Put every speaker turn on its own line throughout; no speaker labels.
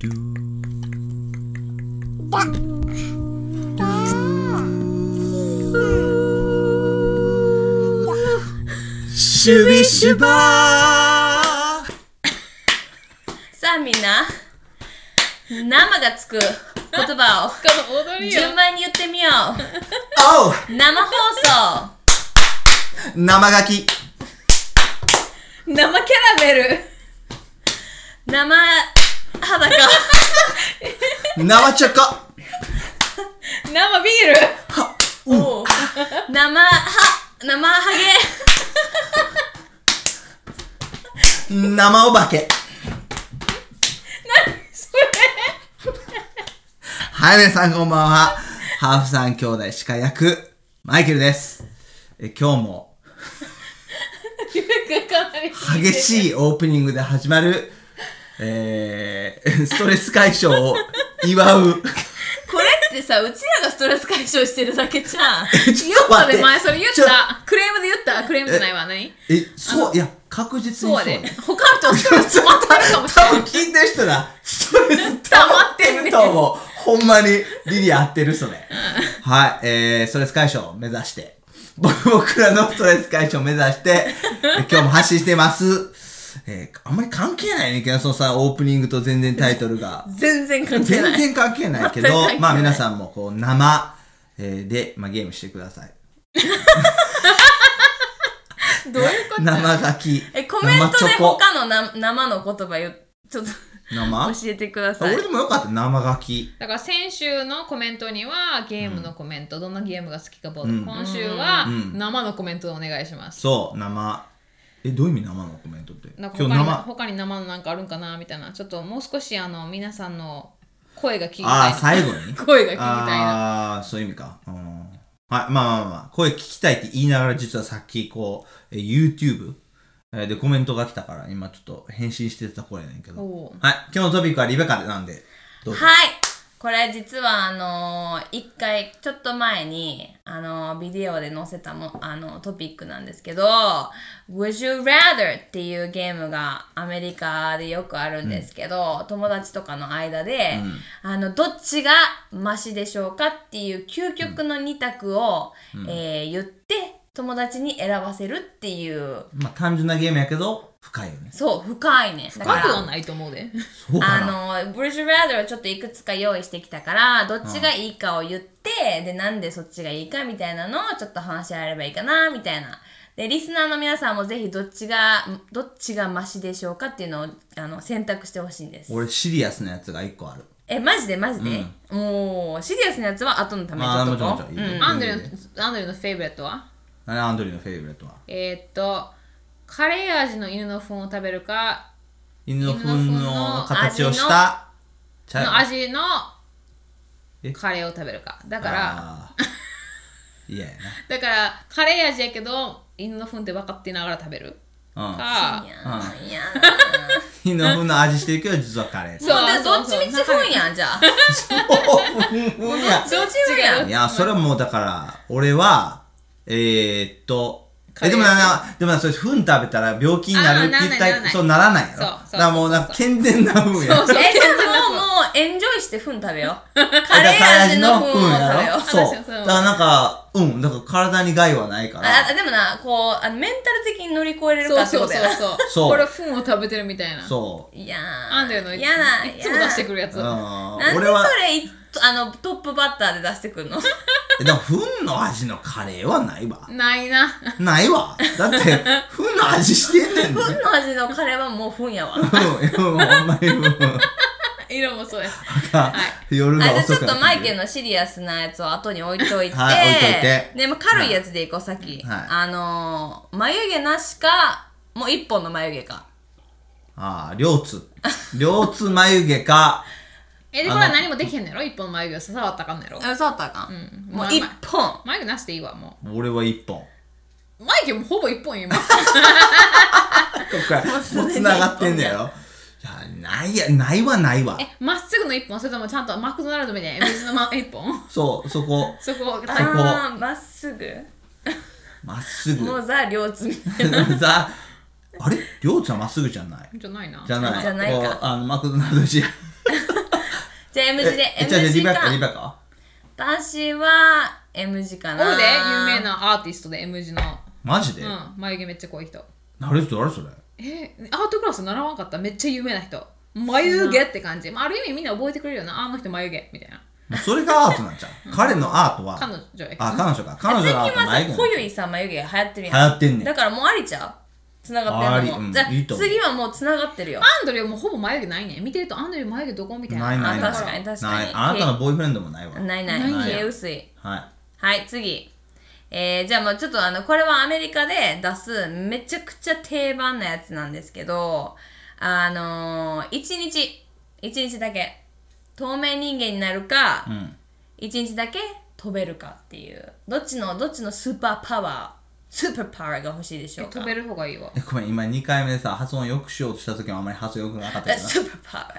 ドゥー
だだ
シュビシュバー
さあみんな生がつく言 葉を
この踊り
順
や
番に言ってみよ う
おう
生放送
生ガキ
生キャラメル
生裸
生チョコ
生ビール
おう生は生ハゲ
生お化け
それ
はい、皆さんこんばんは。ハーフさん兄弟司会役、マイケルです。え今日も
ゆうくんかなり
激しいオープニングで始まる、えー、ストレス解消を祝う。
これってさうちらがストレス解消してるだけじゃん
ちょっと待って
で前それ言っ
ちょ
たクレームで言ったクレームじゃないわ何
え、そう、いや、確実
そ
に
う
そ
や
う、ね
で。他の人はストレス溜まってるかもし
多
れな
分
い
聞いてる人だ。ストレス
溜
溜
ま
ま
っ
ってて
るね
ると思う。ほんまに、リリア合ってる、それ。はい、えー、ストレス解消を目指して、僕僕らのストレス解消を目指して、え今日も発信してます。えー、あんまり関係ないねんけど、そのさ、オープニングと全然タイトルが。
全然関係
全
ない
然関係ないけ
全然関係な
ど、
い
まあ皆さんもこう、生、えーで、まあゲームしてくださ い。
どういうこと
生書き。
えコメント
生
で
チョコ
他のな生の言葉よちょっと
生
教えてください
俺でもよかった、生書き。
だから先週のコメントにはゲームのコメント、どんなゲームが好きかボード、
うん
今週は
うん
生のコメントをお願いします、
そう、生。え、どういう意味生のコメントって。
な
今日
んか他に
生。
他に生のなんかあるんかなみたいなちょっともう少しあの皆さんの声が聞きたい
ああ、
な
最後に
声が聞きたいな
ああ、そういう意味か。うんはい、まあまあまあ、声聞きたいって言いながら、実はさっき、こう、え YouTube えーでコメントが来たから、今ちょっと返信してた声やねんけど。
おう
はい、今日のトピックはリベカなんで、どうぞ。
はい。これ実はあのー一回ちょっと前にあのービデオで載せたもあのトピックなんですけど Would You Rather っていうゲームがアメリカでよくあるんですけど、友達とかの間で、あのどっちがマシでしょうかっていう究極の二択を、えー言って友達に選ばせるっていう
まあ、単純なゲームやけど、深いよね。
そう深いねだから
額はないと思 うで
そうかな。
あのブリッジ・ラダーをちょっといくつか用意してきたからどっちがいいかを言って、でなんでそっちがいいかみたいなのをちょっと話し合えればいいかなみたいなでリスナーの皆さんもぜひどっちがどっちがマシでしょうかっていうのをあの選択してほしいんです
俺、シリアスなやつが一個ある。
えマジでマジで、もうシリアスなやつは後のために
まあ
ちょっ
も
と
ち
こ
ろもちろ
うん
んいいよ
ん
アンドリューのアンドリューのフェイブレットは
何アンドリューのフェイブレットは。
えー、っとカレー味の犬の糞を食べるか
犬の糞の形をし
犬の
た、ちうよ
の味の
え
カレーを食べるかだから
あー。いやや
だからカレー味やけど犬の糞って分かってながら食べる
な。
か
いや
う
ーいや
うん。犬の糞の味してるけど、実はカレー。
ー
そう
もうで
そ
ど
う
っ
そう
ちみち本やんじゃあど
いや
っちも やん
いや、それはもうだから、俺は、えー、っと、え、でもな、でもな、それ、糞食べたら病気になるって言っ
あーならな
た
いならない
そうならないやろ。
そうそう
だからもう、なんか健全な糞や。
そ
え
うそう
でももうエンジョイしてフン食べようカレ
だから
ー味のフンを食べよう
そう。
私
だ
は
か
そ
ら
う
なんか、うん、だから体に害はないから。
あでもなこうあのメンタル的に乗り越えれる
そ
か
う
って
そ
こ
う
と
そう
やな
そう
そう
これ糞を食べてるみたいな
そ
いやー
アンドリューのい
嫌ない
つも出してくるや
う。
つ
うん。
なんで
俺
そ
は、
れいあのトップバッターで出してくるの
えでも、糞の味のカレーはないわ。
ないな
ないわ。だって、糞の味してんねんで。
フンの味のカレーはもうフンやわ
うん、うん、ほんまに、うん。
色もそうや
が夜
あ
が
じゃあち
遅
ょっ
くな
とマイケル
の。
のシリアスなやつを後に置いといて,、
はい置いといて
でも軽いやつでいこう先、
はい
あのー、眉毛なしかもう一本の眉毛か
ああ、両津。両津眉毛か、
えでこれは何もできへんのやろ一本の眉毛を触ったらあかんのやろ
あそうだったらあかん、
ん
もう一本
眉毛なしでいいわも
俺は一本。
う眉毛もほぼ一本よ今
もう繋がってんだよ。いや、ないや、ないはないわ。
えまっすぐの一本それともちゃんとマクドナルドみたいな水のま一本
そう、そこ、
そこ
あ
あ
あーまっすぐ
まっすぐ。
もうザ・両津みたいな
ザ、あれりょうちゃんまっすぐじゃない
じゃないな
じゃない。
じゃないか
こうあの、マクドナルドじゃ。
じゃあ M 字で
え
M
じゃあじゃあリ
字
ベカ、リ
か
ベカ
私は M 字か
お
な
るで有名なアーティストで M 字の、
マジ
う
で、
ん、眉毛めっちゃ濃い人
誰それ誰それ
えーアートクラス習わんかっためっちゃ有名な人眉毛って感じ、まあ、ある意味みんな覚えてくれるよなあの人眉毛みたいな
もうそれがアートなんじゃん。彼のアートは。
彼女やけど
あ、彼女か。彼女
最
のアー
近
トは
は
眉
さ
毛
濃ゆいさ眉毛流行ってるやん
流行ってんねん
だからもうありちゃうつながってるの
あ
も
りうん
じゃあ
いいと思う
次はもうつながってるよ
アンドレはもうほぼ眉毛ないねん見てるとアンドレ眉毛どこみたいな
ないないない。
あ確かに確かに
ないあなたのボーイフレンドもないわ。
ないな
ない
い
んや
消え薄い
はい。
はい次えー、じゃあもうちょっとあのこれはアメリカで出すめちゃくちゃ定番なやつなんですけどあのー、1日1日だけ透明人間になるか、
うん。
一日だけ飛べるかっていうどっちのどっちのスーパーパワースーパーパワーが欲しいでしょうか
飛べる方がいいわ
えごめん、今2回目でさ、発音よくしようとした時はあんまり発音よくなかった
あ
けどな。
スーパー パワー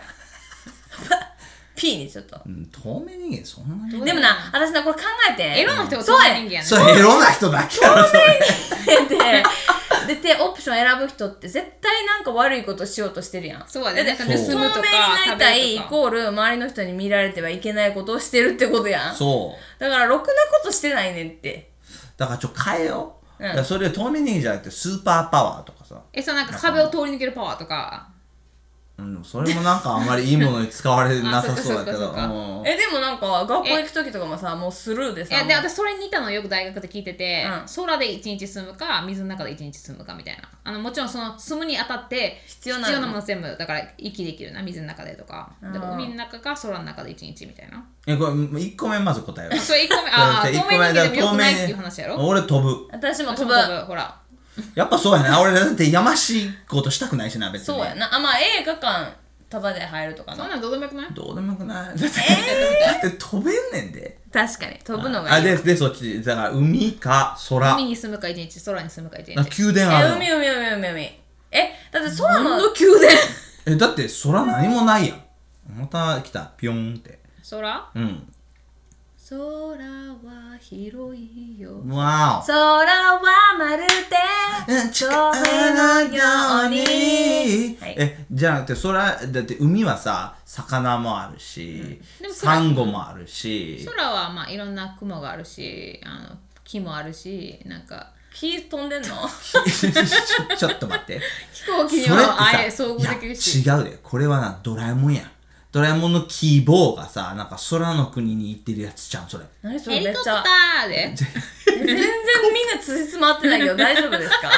P にちょっと
うん、透明人間そんなに
でもな私なこれ考えて
エロな人が
そ
透
う
明
や
人間やね
それエロな人だけやろ、それ。
ででオプション選ぶ人って絶対なんか悪いことしようとしてるやん
そうやね
だって
なんか
盗
透明
む
に
とか
なりた
食べ
い
る
イ
とか
コール周りの人に見られてはいけないことをしてるってことやん
そう。
だからろくなことしてないねんって
だからちょ、変えよう。
うん
だからそれを透明人間じゃなくて、スーパーパワーとかさ。
えそうなんか壁を通り抜けるパワーとか
うん、それもなんかあんまりいいものに使われなさそうだけ
あそ
ど。
っかそっかそっ
うん
えでもなんか学校行く時とかもさもうスルーで
い
さ
やで
もう
私それに似たのよく大学で聞いてて、
うん
空で一日住むか水の中で一日住むかみたいなあのもちろんその住むにあたって必
要なの
もの全部だから息できるな水の中でとかだから海の中か空の中で一日みたいな
え、これ、1個目まず答えよう。
それ1個目ああ
そ
透
う
明
じゃ
人間
一
でもよ
個
く
目
ないっていう話やろ
俺飛ぶ。
私も
私
飛
も
ぶ
多分ほら
やっぱそうやな。俺だってやましいことしたくないしな、別に。
そうや。な。あ、まあ映画館、タダで入るとか
そん
な。
なんどうでもよくない
どうでもよくない。だって、だって飛べんねんで。
確かに、飛ぶのが
あ、
いい。
で、
え、
で、そっち。だから、海か空。
海に住むか一日空に住むか一日
なんか宮殿あるの
海、海、海、海、海。え、だって空の、
宮殿
え、だって空何もないやん。また来た、ぴょんって。
空
うん。
空は広いよ
わ
空はまるで、
お。うん、近いのように。
はい
え、じゃなくて空、だって海はさ、魚もあるし、
でも空
サンゴもあるし。
空はまあいろんな雲があるしあの木もあるしなんか
木飛んでんの
ちょちょっと待って。
飛行機に
それって
もあ
さ
え遭遇できるし
いや違うでこれはなドラえもんやドラえもんの希望がさなんか空の国に行ってるやつじゃんそれ
何そ
ヘ
れ
リ
めっ
コプ
ち
タ
ゃ。
ーで
全然みんなつじつま合ってないけど大丈夫です か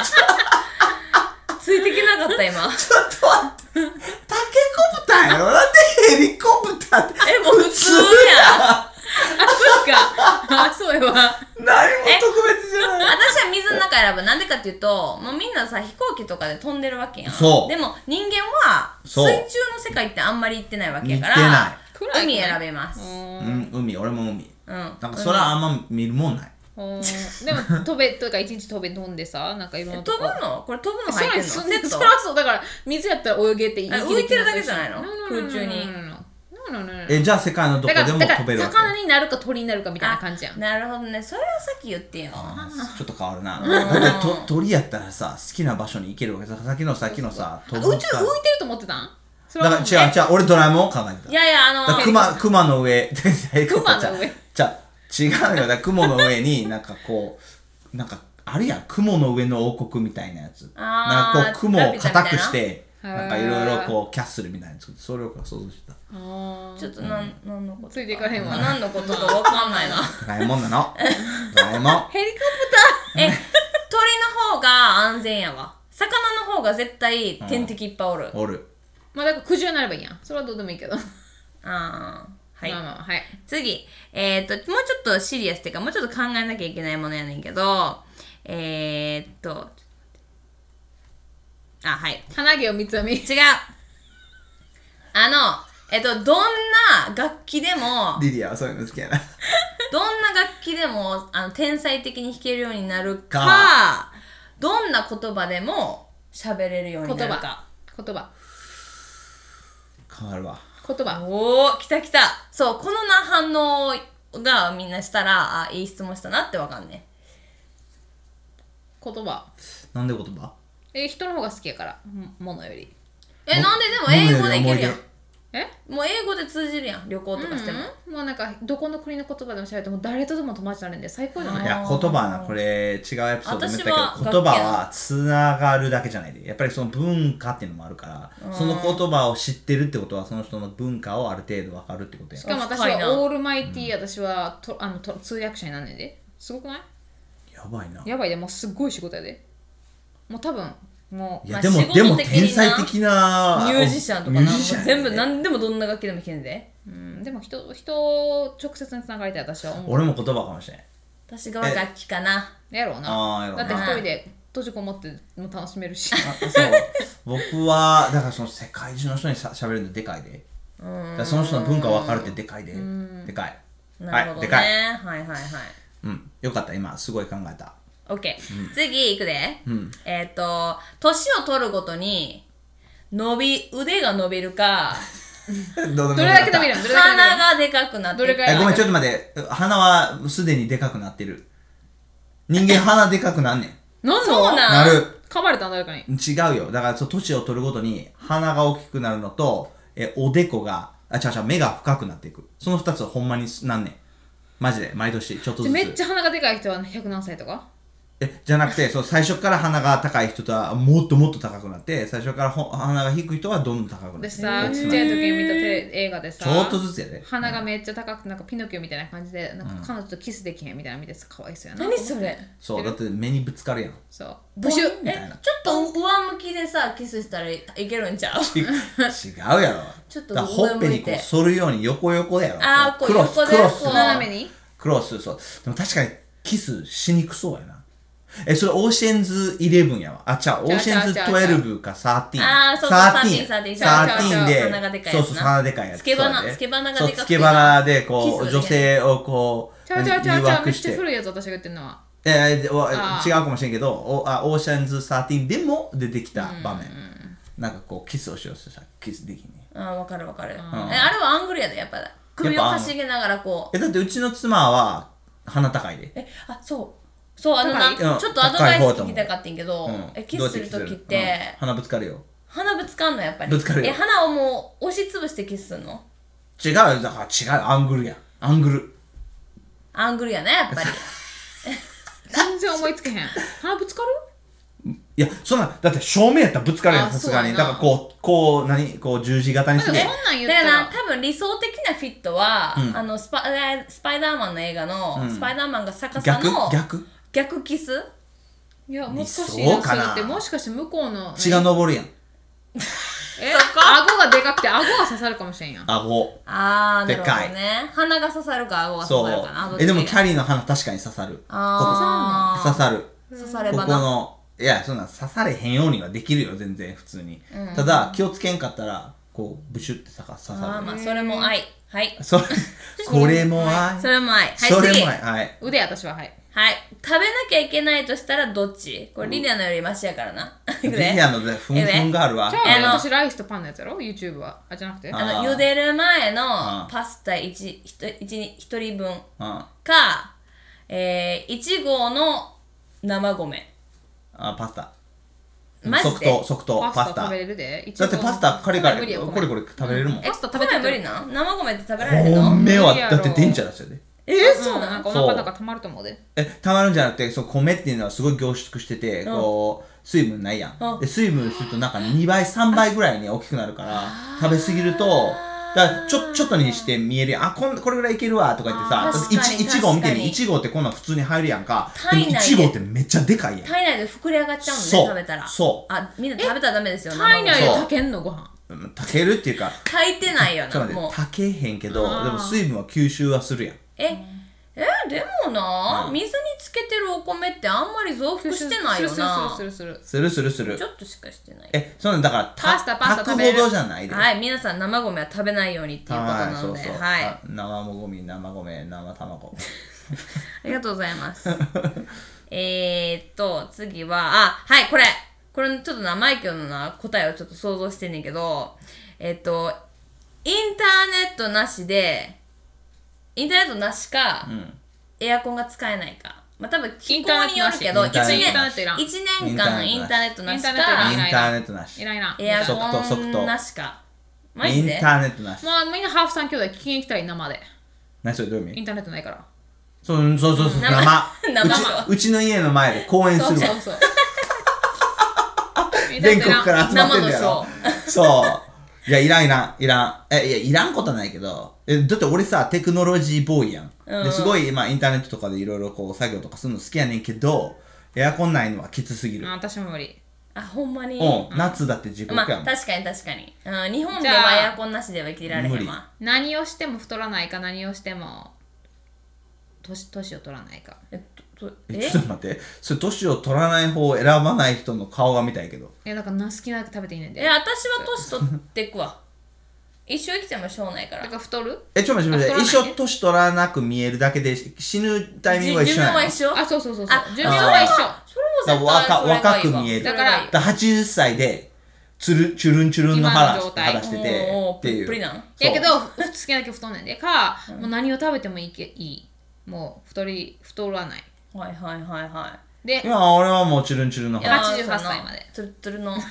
ついてきなかった今。
ちょっと待ってタケコプターやろだってヘリコプターって
え、もう普通やん。
あそうかあそうや
何
わ
も特別じゃない
私は水の中選ぶなんでかっていうともうみんなさ飛行機とかで飛んでるわけやん
そう
でも人間は水
そう
中の世界ってあんまり行ってないわけやか
行ってない
ら
暗い
海選べます
う
う
ーん
ん海俺も海
うんなん
なんか空あんま見るもんない、
うーんでも飛べとか一日飛べ飛んでさなんかいろんなと
飛
こ
ぶのこれ飛ぶの入って
空
る
に
の
住んで
セ
る
ッ
そ
ト
らそうだから水やったら泳げて
あ浮いてるだけじゃないの空中に
えじゃあ世界のどこ
だか
で
ら
も
だか
飛べ
ら
るわけ
魚になるか鳥になるかみたいな感じやん
なるほどねそれはさっき言ってよ
あーちょっと変わるなだってと鳥やったらさ好きな場所に行けるわけだからさっきのさっきのさ
あ
飛
宇宙浮
ぶ
いてると思ってたんそれ
だ
は
か
も
ら
う
違う違
ね
う俺ドラえもんを考えてた
いやいやあの
だから熊熊の上 ヘリコプター
熊の上
じゃじゃ違うよだから雲の上 になんかこうなんかあるやん雲の上の王国みたいなやつ
あー
なんかこう雲を
ラ
固
ピュタみたい
く
な
して
へー
なんかいろいろこうキャッスルみたいなの作ってそれを想像してた
あー
ちょっとなん何のことか
ついていかへんわ
何のことかわかん ないな
ドラえもんな のドラえもん
ヘリコプ
え鳥の方が安全やわ魚の方が絶対天敵いっぱいおる
おる
ターまあだから苦渋になればいいやんそれはどうでもいいけど
あーはい
まあまあはい
次、えっ、と、もうちょっとシリアスっていうか、もうちょっと考えなきゃいけないものやねんけど、えっ、と、あ、はい。
鼻毛を三つ編み
違う。あの、えっ、と、どんな楽器でも、
リリアはそういうの好きやな
どんな楽器でも、あの、天才的に弾けるようになるか、
か
どんな言葉でも喋れるよう
言
になる
葉
か。
言葉
変わるわ
言葉
おー、来た来た。そう、このな反応がみんなしたら、あ、いい質問したなってわかんね。
言葉
なんで言葉
え人の方が好きやからもものより
え、なんででも英語でいけるやん
も。
え
もう英語で通じるやん、旅行とかしても。
うんもうなんかどこの国の言葉でも喋ってもう誰とでも友達になるんで最高じゃない
いや言葉はなこれ違うエピソードでも言ったけど
私は楽器や
言葉はつながるだけじゃないでやっぱりその文化っていうのもあるからその言葉を知ってるってことはその人の文化をある程度わかるってことや
しかも私
深いな
はオールマイティー、私はとあのと通訳者になんねんですごくない
やばいないや
やばいでもうすっごい仕事やでもう多分もう
まあ
で
仕
も
事
でも
的にな
天才的な
ミュージシャンとかな、
ミュー
もう
ジシャンやね
全部何でもどんな楽器でも弾けんで。
うんでも人人を直接につながりたい私は思う
俺も言葉かもしれない
私が楽器かな。
やろう
あーやろ
な
う
だ
な
って一人で閉じこもっても楽しめるし
あそう 僕はだからその世界中の人にしゃ喋るのでかいでだからその人の文化分かるってでかいででかい
なる
は
ほ
い
ど
で
ね。は
かい
いはいはい。
うんよかった今すごい考えた
OK、次いくで。
ん
えっ、と、年を取るごとに、伸び、腕が伸びるか、
ど
どれだけ伸びるのどれだけ伸びる
鼻がでかくなって
どれくらい
えごめんちょっと待って鼻はすでにでかくなってる人間鼻でかくなんねん
なんの
そうなん
なる
噛まれたん誰かに
違うよだからそう年を取るごとに鼻が大きくなるのとえおでこがあ違う違う目が深くなっていくその2つはほんまになんねんマジで毎年ちょっとずつ
めっちゃ鼻がでかい人は100何歳とか
えじゃなくてそう最初から鼻が高い人とはもっともっと高くなって最初からほ鼻が低い人はどんどん高くな
で
って
さ
大き
ち
く
っ
な
ちゃい
る
時に見たテレ映画でさ
ちょっとずつやで
鼻がめっちゃ高くてなんかピノキオみたいな感じでなんか彼女とキスできへんみたいなの見てさかわいそうやな
何それ
そうだって目にぶつかるやん
そう
ブシュ
みたい
え
な、
ちょっと上向きでさ、キスしたらいけるんちゃう
違うやろ
ちょっと
だからほっぺにこう反るように横横だやろ
あー
こう
こ
ク
う
ロス
横で
クロス
こう
斜めに
クロスそうでも確かにキスしにくそうやなえそれオーシェンズ11やわあちゃうオ
ちゃ
ー
う
シ
ちゃ
ェン
う
ズ
ちゃうちゃう
12か13
あーそうそう
13
13
や13で
鼻がでかいやつ
そ
な
うそう鼻でかいやつ
つけ鼻
そうやで
つけ鼻がでかくて
そうつけ鼻でこ
キ
う女
スできない
性をこう
ちゃうちゃうちゃ
誘
うちゃうめ
惑
っ
し
ちゃ
て
古いやつ私が言ってるのは
えーでお
あー
違うかもしれんけどおあオーシャンズ13でも出てきた場面なんかこうキスをしようとしたらキスできんねん
あーわかるわかる、えあれはアングルやでやっぱ首を
やっぱ
かしげながらこう
えだってうちの妻は鼻高いで
えあそうそうあの
高
ない
うん
ちょっとアドバイス
高い方だと
聞
思
き
う
たかってんけど、
うん
えキスする
どう
時
やキ
っ
スする
て
うん鼻ぶつかるよ
鼻ぶつかんのやっぱり
ぶつかるよ
え鼻をもう押しつぶしてキスするの
違うよだから違うアングルやアングル
アングルやねやっ ぱり
全然思いつけへん鼻ぶつかる
いやそんなだって正面やったらぶつかるやん
あ
さすがに
そう
だ
や
か
な
らこうこう何こう十字型に
で
す
も
る
そ
や
ん
ん
なん言
だ
っ
か
た
ら
ら
多分理想的なフィットは、
うん
あのスパスパイダーマンの映画の、スパイダーマンが逆さ
逆
の
逆
逆キス
いや難しい
理想
な
か
そ
な
れってもしかして向こうの
血が上るやん
え顎がでかくて顎が刺さるかもしれんやん
顎
ああなるほど
でか
ね鼻が刺さるか顎が刺
そ
さる
う
かなどっち
えでも
が
キャリーの鼻確かに刺さる
あー
刺さる
刺され
こ
ば
こ
な
のいやそんなん刺されへんようにはできるよ全然普通に、ただ気をつけんかったらこうブシュって刺さ刺
あー
さ
まあそれも愛はい
るそれこれも愛、
それも愛はい
それ
次
も
は
愛
い
はい
腕私ははい
食べなきゃいけないとしたらどっちこれリリアのよりマシやからない
リ
くで
リアのでふんふんがあるわ
じゃあ
あの
私ライスとパンのやつやろ YouTube はあじゃなくて
あ
あの
ー
茹でる前の
あー
パスタ 1, 1, 一人分
うん
かえー、1合の生米
あパスタ
マジで
即答即答パ
パ
ス
スタ
タ
食べ
だ
れるで一応
ってパスタカリカ
無理
リ
や
コリコリ食べれるもん
え
パスタ食べて
米
る
無理なん生米って食べられるの
米は
無理や
だ
ろ
ってデンジャラスやで
えー、そううんな
なんんかお腹なんか溜まると思うで
えたまるんじゃなくてそう米っていうのはすごい凝縮してて、こう水分ないや
うん
んで水分するとなんか2倍3倍ぐらいに大きくなるから食べ過ぎるとだからちょちょっとにして見えるやんあこんこれぐらいいけるわとか言って
あ
さ
ー確かに
いちいちご見て
確か
み
に
いちごってこんなん普通に入るやんかで
体
も
内
い
で
ちごってめっちゃでかいやん
体内で膨れ上がっちゃうのね
そう
食べたら
そう
あみんな食べたらダメですよ
体内で
そう
炊けんのご飯
うん炊けるっていうか
炊いてないよ
ちょ
な
っと待っ
もう
て炊けへんけどでも水分は吸収はするやん
ええでもな、水につけてるお米ってあんまり増幅してないよな
するするするする
するするする
ちょっとしかしてない
えそうなんだからた
パスタパスタ
炊
食
く
べ
ほ
る
どじゃないで
はい皆さん生米は食べないようにっていうこと
はい
な
そ
の
う
で
そう
はい
あ生もごみ生米生卵
ありがとうございます えーっと次はあはいこれこれちょっと生意気のな答えをちょっと想像してんねんけどえっとインターネットなしでインターネットなしか、
うん
エアコンが使えないかまあ多分気候によるけど、
イン
1
ターネ
年
ットなし
インターネットいらん
一年間インターネットなし
インターネットいら
イ
ん
ン
か、
ターネットなし。
いらんいらん。
エアコ
ソフトソフト
ンなしか。マ
イ
ジ
ン
で
ターネットなし。
まあみんなハーフさん兄弟聞きに来たい生で。
何それどういう意
イ
味
ンターネットないから。
そうそうそうそう、生。
生
うちうちの家の前で公演
そ
する
う
わ
そ。 うそう。
全国から集まってんだよ
生。
そう。いや、いらんいらん、いらん。え、いや、いらんことはないけど、え、だって俺さ、テクノロジーボーイやん。ですごい、まあ、インターネットとかでいろいろこう、作業とかするの好きやねんけど、エアコンないのはきつすぎる。
あ私も無理。
あ、ほんまに。
うん、夏だって地獄
まあ
やもん。
確かに確かに。うん、日本で
じゃ
は
あ
エアコンなしでは生きられへ
無
ん
理
わ。
何をしても太らないか何をしても年年を取らないか。
えっと、
え、
え
ちょっと待って。それ、年を取らない方を選ばない人の顔が見たいけど。
えだからな好きなだけ食べていいねん
え、
で。
私は年取ってくわ。一生生きてもしょうないか
だ
ら
か。ら太る？
え、ちょっと待って、ちょっと待って
あ
一
太らない
生年取らなく見えるだけで、死ぬタイミングは一
寿
緒
命
なの
は一緒
あそうそうそうそ
あ
う。寿命は一緒。
それも絶
だから
対
若
それがいいわ
若く見える
それがいい
だから80歳で、つる、チュルンチュルンの
今
肌
の状態
肌してて、
もう
ってい
ぷっぷ
う。
りなん
そう
やけど、ふ好きなだけ太んねんでか、もう何を食べてもいいけいい。もう太り太らない。
はいはいはいはい。
で
い、や、俺はもうチュルンチュルンの
いや
肌。
88
その
歳まで
ツルッツルの。も
も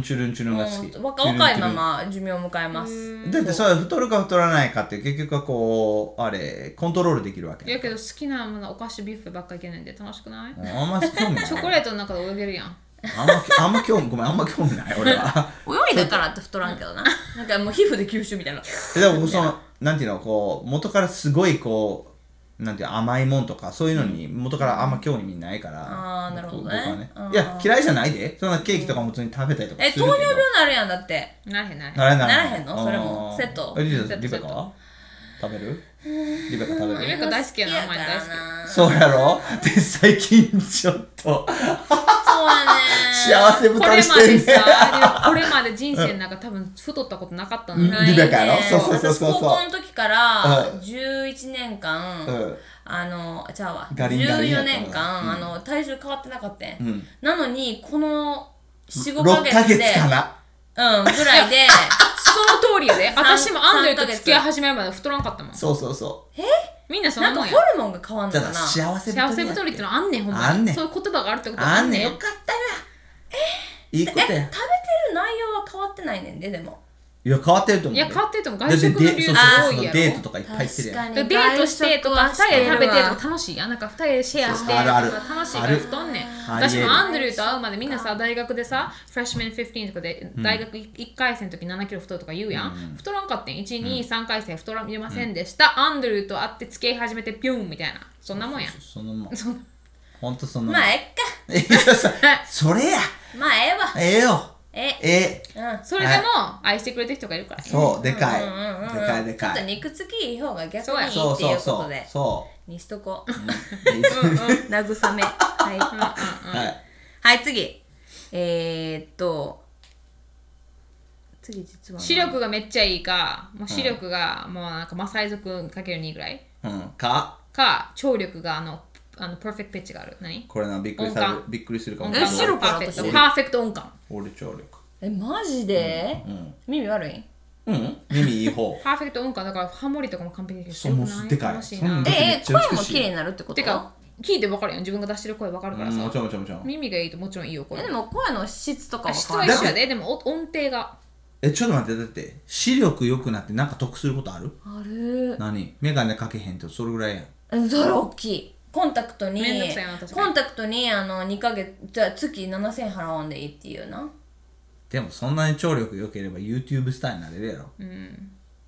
うチュルンチュルンが 好き。
う若若いま
ま
ま寿命を迎えます。
だってそれ太るか太らないかって結局はこう、あれ、コントロールできるわけ。
やけど好きなものお菓子ビュッフェばっかいけないんで楽しくない？
あんま興味ない。
チョコレートの中で泳げるやん。
あんま、あんま興味、ごめん、あんま興味ない、俺は。
泳いだからって太らんけどな。なんかもう皮膚で吸収 みたいな。
えでもそのなんていうのこう元からすごいこうなんていうの甘いもんとかそういうのに元からあんま興味ないから、
あーなるほどね
僕は
うん
いや嫌いじゃないでそんなケーキとかも普通に食べたりとか
え、
するけ
糖
ど
尿病なるやんだって。
なれへんなれへん。
ならへんなら
ならへんのそれも
うん
セット
えリベ
セット
リベカは食べるリベカ食べ
リベ
る
カ大好きやな、お前大好
好きやからな
そうやろで最近ちょっと
そうやね
幸せ
き。
ぶ
こ
た
れ
りし
ま
て
で
るね
さ、これまで人生の中多分太ったことなかったのに。
うん リベカやろ
ないね
そうそうそうそう
私高校の時から
うん
11年間、
うん
あのちゃうわ
ガリンガリンや
14
ったな
年間、
うん
あの体重変わってなかったん、
ん
なのにこの45
6ヶ
月で
月かな
うんぐ らいで
その通りや で。私もアンドリューと付き合い
三ヶ
始めるまで太らんかったもん。
そうそうそう
みんなそん
なか
なんもん
ホ
や。
ルモンが変わんの
じ
か
ゃ
な
あ幸せぶ
幸せ太りってのあんねん、ほん
あ
ま
んね
に。
ん
そういう言葉があるってことは
あ
あ
ん
ん
ね
ね
ん
ん。
よかったなえいいこと
え食べて
や
る内容は変わってないねんででも
いや変わってると思う
い
よ
や、変わってても
だ
外
って
食の
デ
流
そ
通
う
多
そう
い
そう
や
デート
ろ。
とかいっぱい行ってるやん
デートしてとか、二人で食べてとか楽しいやん。なんか二人でシェアしてとか
あるある
楽しいか
あ
ら
る
太んねん。
ありえる
私もアンドリューと会うまでみんなさ、大学でさ、フレッシュメン15とかで大学1回生の時7キロ太るとか言うやん。太らんかってん。1、2、3回生太られませんでした。アンドリューと会って付き合い始めてピューンみたいな。そんなもんやん。
そのもん
そんな
ほんとそのもん
まあえっ か
いやそそれや
まあ
ええ
ええわ
よ
え
え
うん
それでも愛してくれてる人がいるから。
そうでかい
うんうんうんうん
でかいでか
ちょっと
い
肉付きいい方が逆
そう
にい
や
いって
そうそ
い
う
うこ
そ
と
う
で
そ
にしとこう
ういい
慰めは い
はい
はい次えー、っと次実はな
視力がめっちゃいいか、もう視力がもうなんかマサイ族かける2ぐらい
うんか
か、聴力があの、あのパーフェクトピッチがある。何
これなびっくりされ
音
る
感
びっくりするかも
音
え
感
視力
パーフェクト。
私
パーフェクト音感。
俺聴力
えマジで、耳悪い
うん耳いい 方
パーフェクト音感だからハモリとかも完璧だけど、
そうもう
白くな
でかい
楽しい
そん
な
な。
ええ
めっちゃ美しい
声も綺麗になるってこと
てか、聞いてわかるやん。自分が出してる声わかる
う
から
んも
さ
ち。ろんもちろんもちろん
耳がいいともちろんいいよ、こ
え
れ
で。も声の質とか
あ
は
質
変わ
は
ら
一
ない
緒やで、でもお音程が。
えちょっと待ってだって視力良くなってなんか得することある
ある
何眼鏡かけへんってそれぐらいやん
えそれ大きいコンタクトに
めんどくさいな確かに
コンタクトにあの2ヶ月じゃあ月7000円払わんでいいっていうな
でもそんなに聴力良ければ YouTube スターになれるやろ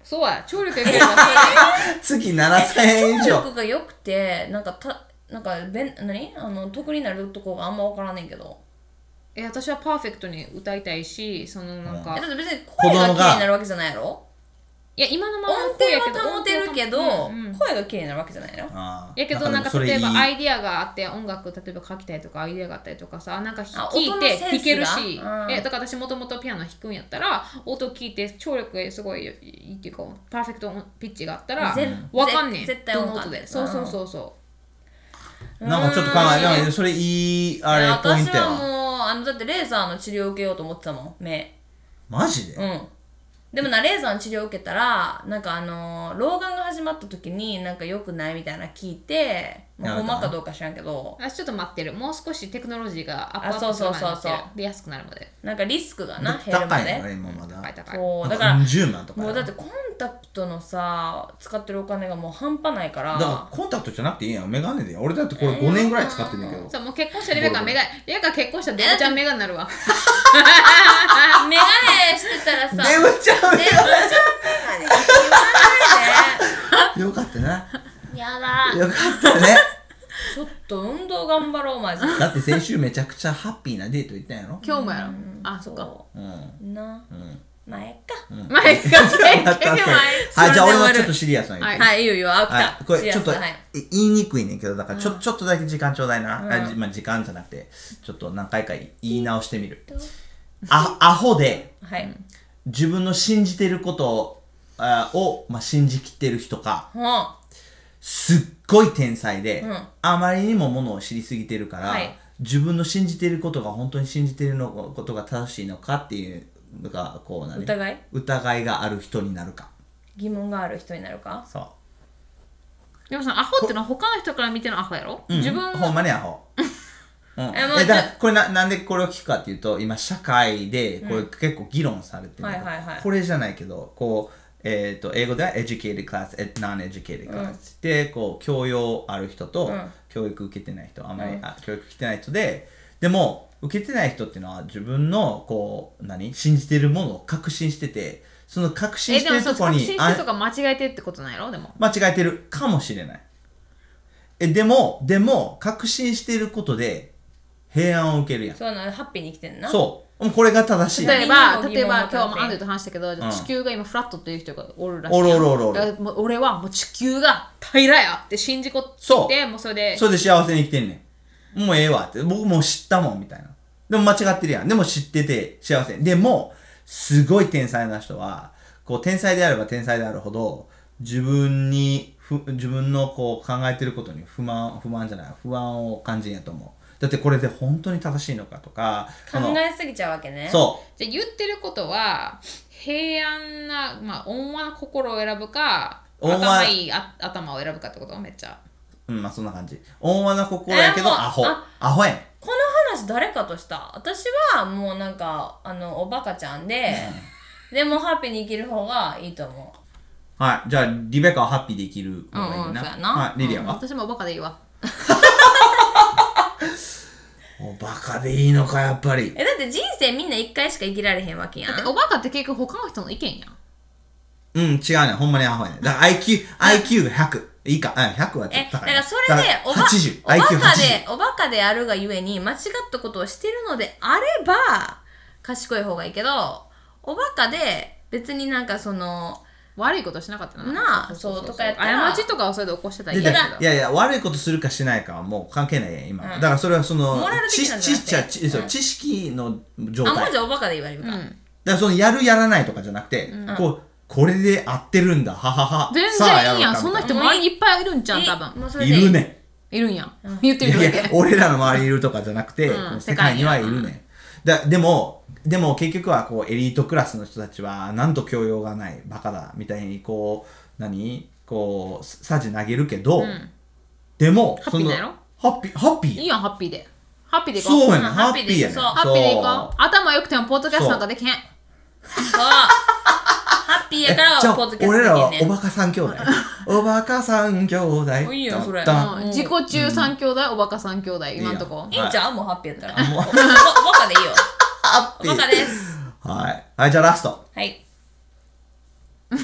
そうや、聴力が ければそ
月7000円以
視
上
力が良くてなんかたなんかべん何あの得になるとこがあんま分からんねんけど
れで。え、私はパーフェクトに歌いたいし、そのなん
え
か
だっ。て別に声が綺麗になるわけじゃないやろ
いや、今のま
音
まの
程
声やけど
は保てるけ
音程
ど
はうんうん
声が綺麗になるわけじゃないやろ
あー
やけどなん
でも
か
それ
例えば
いい
アイディアがあって音楽例えば書きたいとかアイディアがあったりとかさなんか
あ
聞いて
音のセンスが
弾けるし、
うん
えだから私もともとピアノ弾くんやったら音聞いて聴力がすごいいいっていうかパーフェクトピッチがあったら
ぜ
わかんねん
ぜ絶対
ど
音
の
感
音
う
で
ん
そうそうそうそ
なんかちょっと考え、なんかそれいい、あ
い
れ
や、
ポイン
私
トや
は
わ。
もうあのだってレーザーの治療を受けようと思ってたもん目
マジで
うんでもなレーザーの治療を受けたらなんかあの老眼が始まった時になんか良くないみたいなの聞いて、まあ、
な
ほ
ん
ん
か
まかどうか知らんけど
私ちょっと待ってるもう少しテクノロジーがアップアッ
あ
プするまで
そうそう
待
そうそ
っ
う
てるで安くなるまで
なんかリスクがな減るま
高いのね
で
今まだ
高い高い
そうだ
だ
か
からら10万とか
もうだって
だ
コンタクトのさ使ってるお金がもう半端ないから
からコンタクトじゃなくていいやんメガネで俺だってこれ5年ぐらい使ってんだけど
そうもう結婚したらリベカはメガネリベカは結婚したらデブちゃんメガネになるわ
あメガネしてたらさ
デブちゃ
デブちゃんメガネ
んよかったな
言わないでやだ
よかったね
ちょっと運動頑張ろうマジで
だって先週めちゃくちゃハッピーなデート行ったんやろ
今日もやろあそっか
う
うん
な
うん
前か
前か
や
前
った
か
っけ
前
はいじゃあ俺はちょっとシリアスな言って
はいいいよいいよあ
はい、
来た
これ
シリア
ちょっ
ス
と、
はい
い言いにくいねんけどだからちょ,、ちょっとだけ時間ちょうだいな、
うん
あじまあ時間じゃなくてちょっと何回か言い直してみるあアホで
はい
自分の信じてることをあを、まあ、信じきってる人か
ほ
すっごい天才で、
うん
あまりにもものを知りすぎてるから、
はい
自分の信じてることが本当に信じてるのことが正しいのかっていうのがこう何
疑い
疑いがある人になるか
疑問がある人になるか
そう
でもそのアホってのは他の人から見てのアホやろ、
うん
自分
ほんまにアホ。うん、
えもう
えだからこれななんでこれを聞くかっていうと今社会でこれ結構議論されてる、
はいはいはい
これじゃないけどこう、えー、と英語では educated class and non-educated class でこう教養ある人と、
うん
教育受けてない人あんまり、あ教育受けてない人ででも受けてない人っていうのは自分のこう何信じてるものを確信しててその確信
え
し
で
て
も
る
そ
と
う
こ
確
に
信してるとか間違えてるってことなんやろでも
間違えてるかもしれない。え、でも、でも、確信してることで、平安を受けるやん。
そうなのハッピーに生きてんな
そう。もうこれが正しい。
例え
みんな
ば
の疑問
例えば
を
今日
持たれ
も
て
アンドリューと話したけど、地球が今フラットっていう人がおるらしい
お
やん
るおるおるおる
だからもう俺はもう地球が平らやって信じこって
そう
もうそれで
それで幸せに生きてんねん。もうええわって。僕もう知ったもん、みたいな。でも間違ってるやん。でも知ってて幸せ。でも、すごい天才な人は、こう、天才であれば天才であるほど、自分に、ふ自分のこう考えてることに不満、不満じゃない、不安を感じんやと思う。だってこれで本当に正しいのかとか、
考
その
えすぎちゃうわけねう
そう。
じゃあ言ってることは平安な、まあ、温和な心を選ぶか
温和
頭いいあ頭を選ぶかってことめっちゃ
うん、まあそんな感じ。温和な心やけど、
えーもう
アホ
あ。
アホやね
この話誰かとした私はもうなんかあのおバカちゃんででもハッピーに生きる方がいいと思う
うん。はい。じゃあ、リベカはハッピーで生きる方がいいな。
うんうんそうやな
はい。リリアは、
私もバカでいいわ
おバカでいいのか、やっぱり。
えだって人生みんな一回しか生きられへんわけやん
だっておバカって結局他の人の意見やん
うん、違うね。ほんまにアホやね。だから IQ、IQ が100。いいか。うん、100はちょ
え
っと
だ
高
か
いね。
らそれで
だ
お
から
ば
80。
おバ
IQ80。
カでおバカであるがゆえに間違ったことをしてるのであれば賢い方がいいけどおバカで別になんかその
悪いことしなかったな
なあそうとかやったら
過ちとかをそれで起こしてたら
で
嫌
だ
だ
い
けど
やいや、悪いことするかしないかはもう関係ないやん今。
うん
だからそれはその
モラ、ル
ち
的なんじ
ち
ゃ
っ
なくて
ちゃ、ちそう
うん
知識の状
あ
態。
もう
だ
じ
か
ゃあおバカで言われるか、
うん
らその、やるやらないとかじゃなくて、こう、これで合ってるんだ、ははは。
全
さあ
然いい
ろ
や
うんか
そん
みた
ない人周りにいっぱいいるんじゃん多分
もうそれで
いるね。
いるんやん言って
い
みる
や
だ
いや
け、
俺らの周りにいるとかじゃなくて、
うん
この世界にはいるね。だでも、でも結局はこうエリートクラスの人たちは、なんと教養がない、バカだ、みたいにこう、何こう、さじ投げるけど、
うん
でも、
ハッピーなんやろ
ハッピー、ハッピ
いい
ー
やんハッピーでハッピーでいこ
そうやね、
うんん
ハッピーやねん。
ハ
ハッピーでいこう
そう
頭良くてもポッドキャストなんかできへん
そうハッピーやから
えじゃ
は
あ
ポッドキャスト
俺
で
らは
き
お
んね
バカ三兄弟。おバカ三兄弟。
もういいよそれ
だんだん
うん自己中三兄弟、おバカ三兄弟今んとこ
いい
いいんちゃうもうハッピーやったら
あもう
おおおバカでいいよ
ハッ
お
ピー
バカです
はい。はい、じゃあラスト。
はい
ラ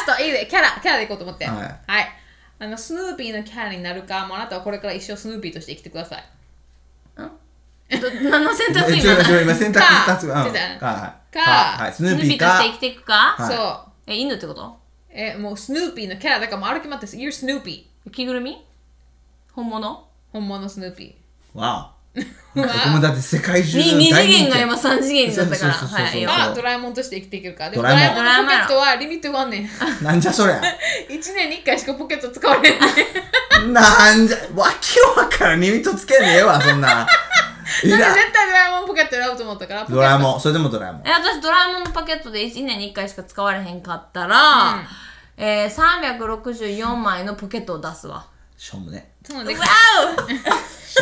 ストいいでキャラキャラでいこうと思って
は
はいい、あのスヌーピーのキャラになるかもうあなたはこれから一生スヌーピーとして生きてください
ど何の選択
え
今
ちょちょ今選択
か
2つが。うん
ちょっと
はい
か
はい。スヌーピーか
として。生きていくか、
はい
そ
え犬ってこと
うえもうスヌーピーのキャラだからもう歩き回って You're Snoopy
着ぐるみ本物
本物スヌーピ
わお。
う
こ
わ
こもだって世界中
に
の
二
大
次
人
元
気
が今三次元になったから
そうそうそうそう
はい
ー
よ
がドラえもんとして生きていけるかでも
ドラ
ドラ
え
え
も
も
ん
んのポケットはリミットがあんねん
なんじゃそりゃ。
一年に一回しかポケット使われへんねん
なんじゃ、わけわからん耳とつけんでええわ、そんな。い
なん
ら
で絶対ドラえもんポケット選ぶと思ったから、ポケット
ドラえもん、それでもドラえもん。
え私ドラえもんのパケットで1年に1回しか使われへんかったら、えー、364枚のポケットを出すわ
しょうもね。
そうね
わ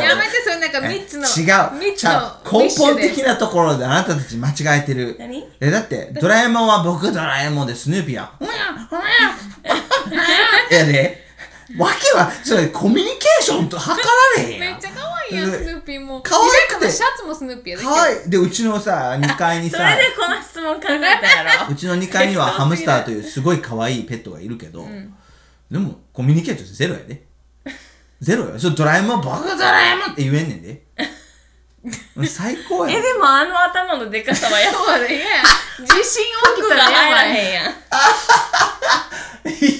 やめて、それなんか
え
3つの。
違
3
う。
つ
ちゃう
の
根本
ウィッシ
的なところであなたたち間違えてる。
何
え、だって、ドラえもんは僕ドラえもんで、スヌーピーは、うや うややで、わけは、それコミュニケーションと図られへ
ュ
ん
で。
や
めっ
ん
ち。ゃ可愛いやん、スヌーピーも。
可愛くて
リラックマシャツもスヌーピーやで。
かわいい。で、うちのさ、2階に
そ
さ、
れでこの質問考えたやろ
うちの2階に はハムスターというすごい可愛いペットがいるけど、でもコミュニケーションゼロやで。ゼロよ。それドラえもん、僕ドラえもんって言えんねんで。 うん最高や
え
ん。
でもあの頭のでかさは やば
そうだね。いや自信起き
く
た
が
ら
入
や
ら
ばい。
へんやん
いい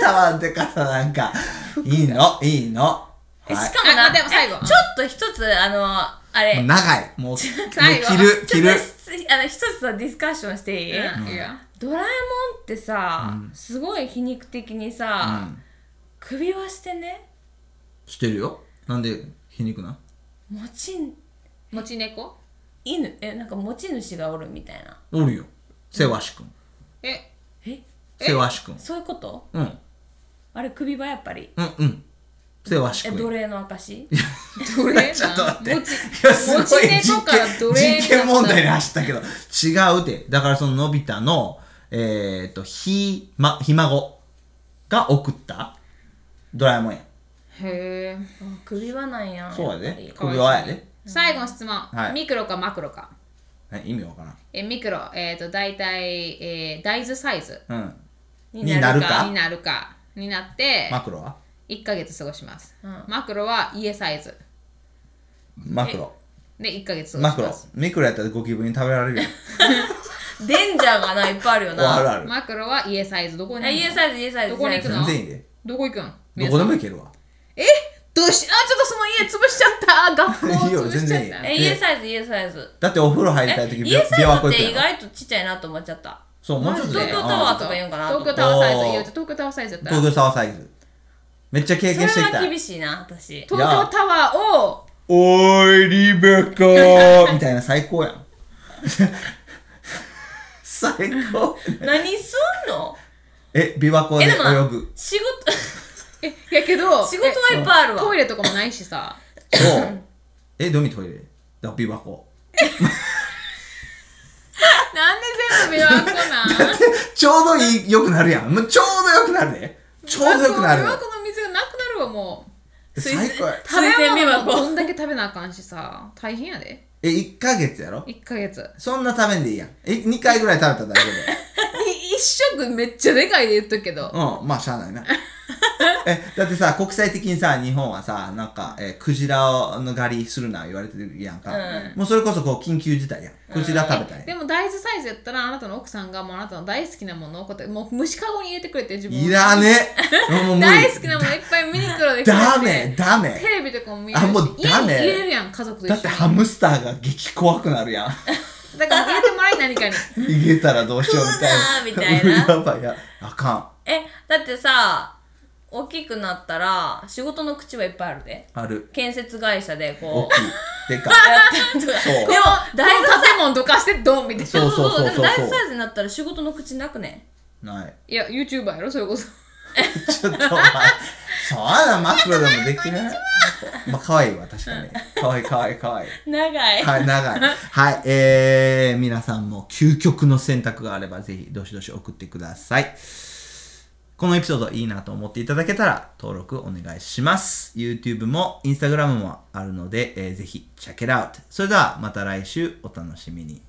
頭でかさなんか。いいの、いいの。はい、
しかもな
あでも最後
ちょっと一つあのあれ
もう長い。もう、もう着
最後
る、着る。
ちょっとあの一つさディスカッションしていい、
うんいいよ
ドラえもんってさ、すごい皮肉的にさ、
うん
首輪してね
してるよ。なんで皮肉な
持ちん
持ち猫
犬えなんか持ち主がおるみたいな
おるよ。せわしくん。
え、
え
せわしくん。
そういうこと
うん。
あれ首輪やっぱり
うんうん。せわしく
え
ん。
奴隷の証
奴隷 な
ちょっと待って
持ち
いやすごい
持ち
実
猫から奴
験
隷
実験問題に
な
走ったけど違うってだからそののび太のえっ、とひまひ孫が送ったドラえもんや
へ
あ首輪なんや
そうや
やっぱ
で
り
ぱり
首輪やで
え最後の質問、
はい
ミクロかマクロか
え意味わから
えミクロえっ、と大体、えー、大豆サイズ
んうん
に
になる
に
か
なるかになって
マクロは
1ヶ月過ごします、
うん
マクロは家サイズ
マクロ
で1ヶ月過ご
マ
し
クロ
ます
ミクロやったらゴキブリに食べられるよ
デンジャーがないっぱいあるよ
ある
な
ある
マクロは家サイズどこに
え家サイズ家サイズ
どこに行くの
全然いいで
どこ行くん
どこでもいけるわ
えどうしあちょっとその家潰しちゃ った学校
いいよ
潰しちゃ
全
った
然
え家サイズ家サイズ
だってお風呂入りたい
え
時
家
琵琶
サイズ
湖
っ
行く
て
や
意
ん
外とちっちゃいなと思っちゃった
そうもうちょっと
マ
ね
ジで東京タワー
うん
とか言うんかな
東京タワーサイズ
おー
いいよ東京タワーサイズやったら
東京タワーサイズめっちゃ経
そ
験
れ
してき
は
た
厳しいな私
東京タワーを
おーい、リベカ ーみたいな最高やん。 最高。
何すんの
え、琵琶湖で
え
泳
でもな
ぐ。
仕事
えやけど
仕事はいっぱいあ
え
るわ
トイレとかもないしさ
そう。え、どみトイレだから琵琶 湖。
なんで全部琵琶湖な ん
でちょうどいい、良くなるやん。もうちょうど良くなるで。ちょうど良くなる
琵琶。湖の水がなくなるわも
最高や。
う
食べてみはこ
食べ物も
う
どんだけ食べなあかんしさ大変やで
え、1ヶ月やろ
1ヶ月
そんな食べんでいいやん。え、2回ぐらい食べただけで。
一食めっちゃでかいで言っとくけど
うん、まあしゃあないな。え、だってさ、国際的にさ、日本はさ、なんか、えークジラの狩りするな言われてるやんか。
う
もうそれこそこう、緊急事態やん。クジラ食べたい、
でも大豆サイズやったらあなたの奥さんがもうあなたの大好きなものをこうやってもう虫かごに入れてくれて自分を
いらねえもう無理
大好きなものいっぱいミニクロで
ダメダメ
テレビとかも見れる
あ
し
もうダメ
家に入れるやん家族と一緒
だ
に
ってハムスターが激怖くなるやん
だから入れてもらい何かに
逃げたらどうしようみたいな
食うなみたいな
やばいやあか
えだってさ大きくなったら仕事の口はいっぱいあるで
んある
建設会社で
大
こ
き
う
いでか
や
い
ったりとか
そう
でも大
この建物どかしてドンみたいな
そうそうそうそう
でも大サイズになったら仕事の口なくね
ない
いや YouTuber やろそれこそ
ちょっとお前そうなマクロでもできるまあ可愛いわ確かに可愛い可愛い可愛い
長い
はい長いはいえー、皆さんも究極の選択があればぜひどしどし送ってくださいこのエピソードいいなと思っていただけたら登録お願いします。YouTube も Instagram もあるので、えーぜひチェックアウト。それではまた来週お楽しみに。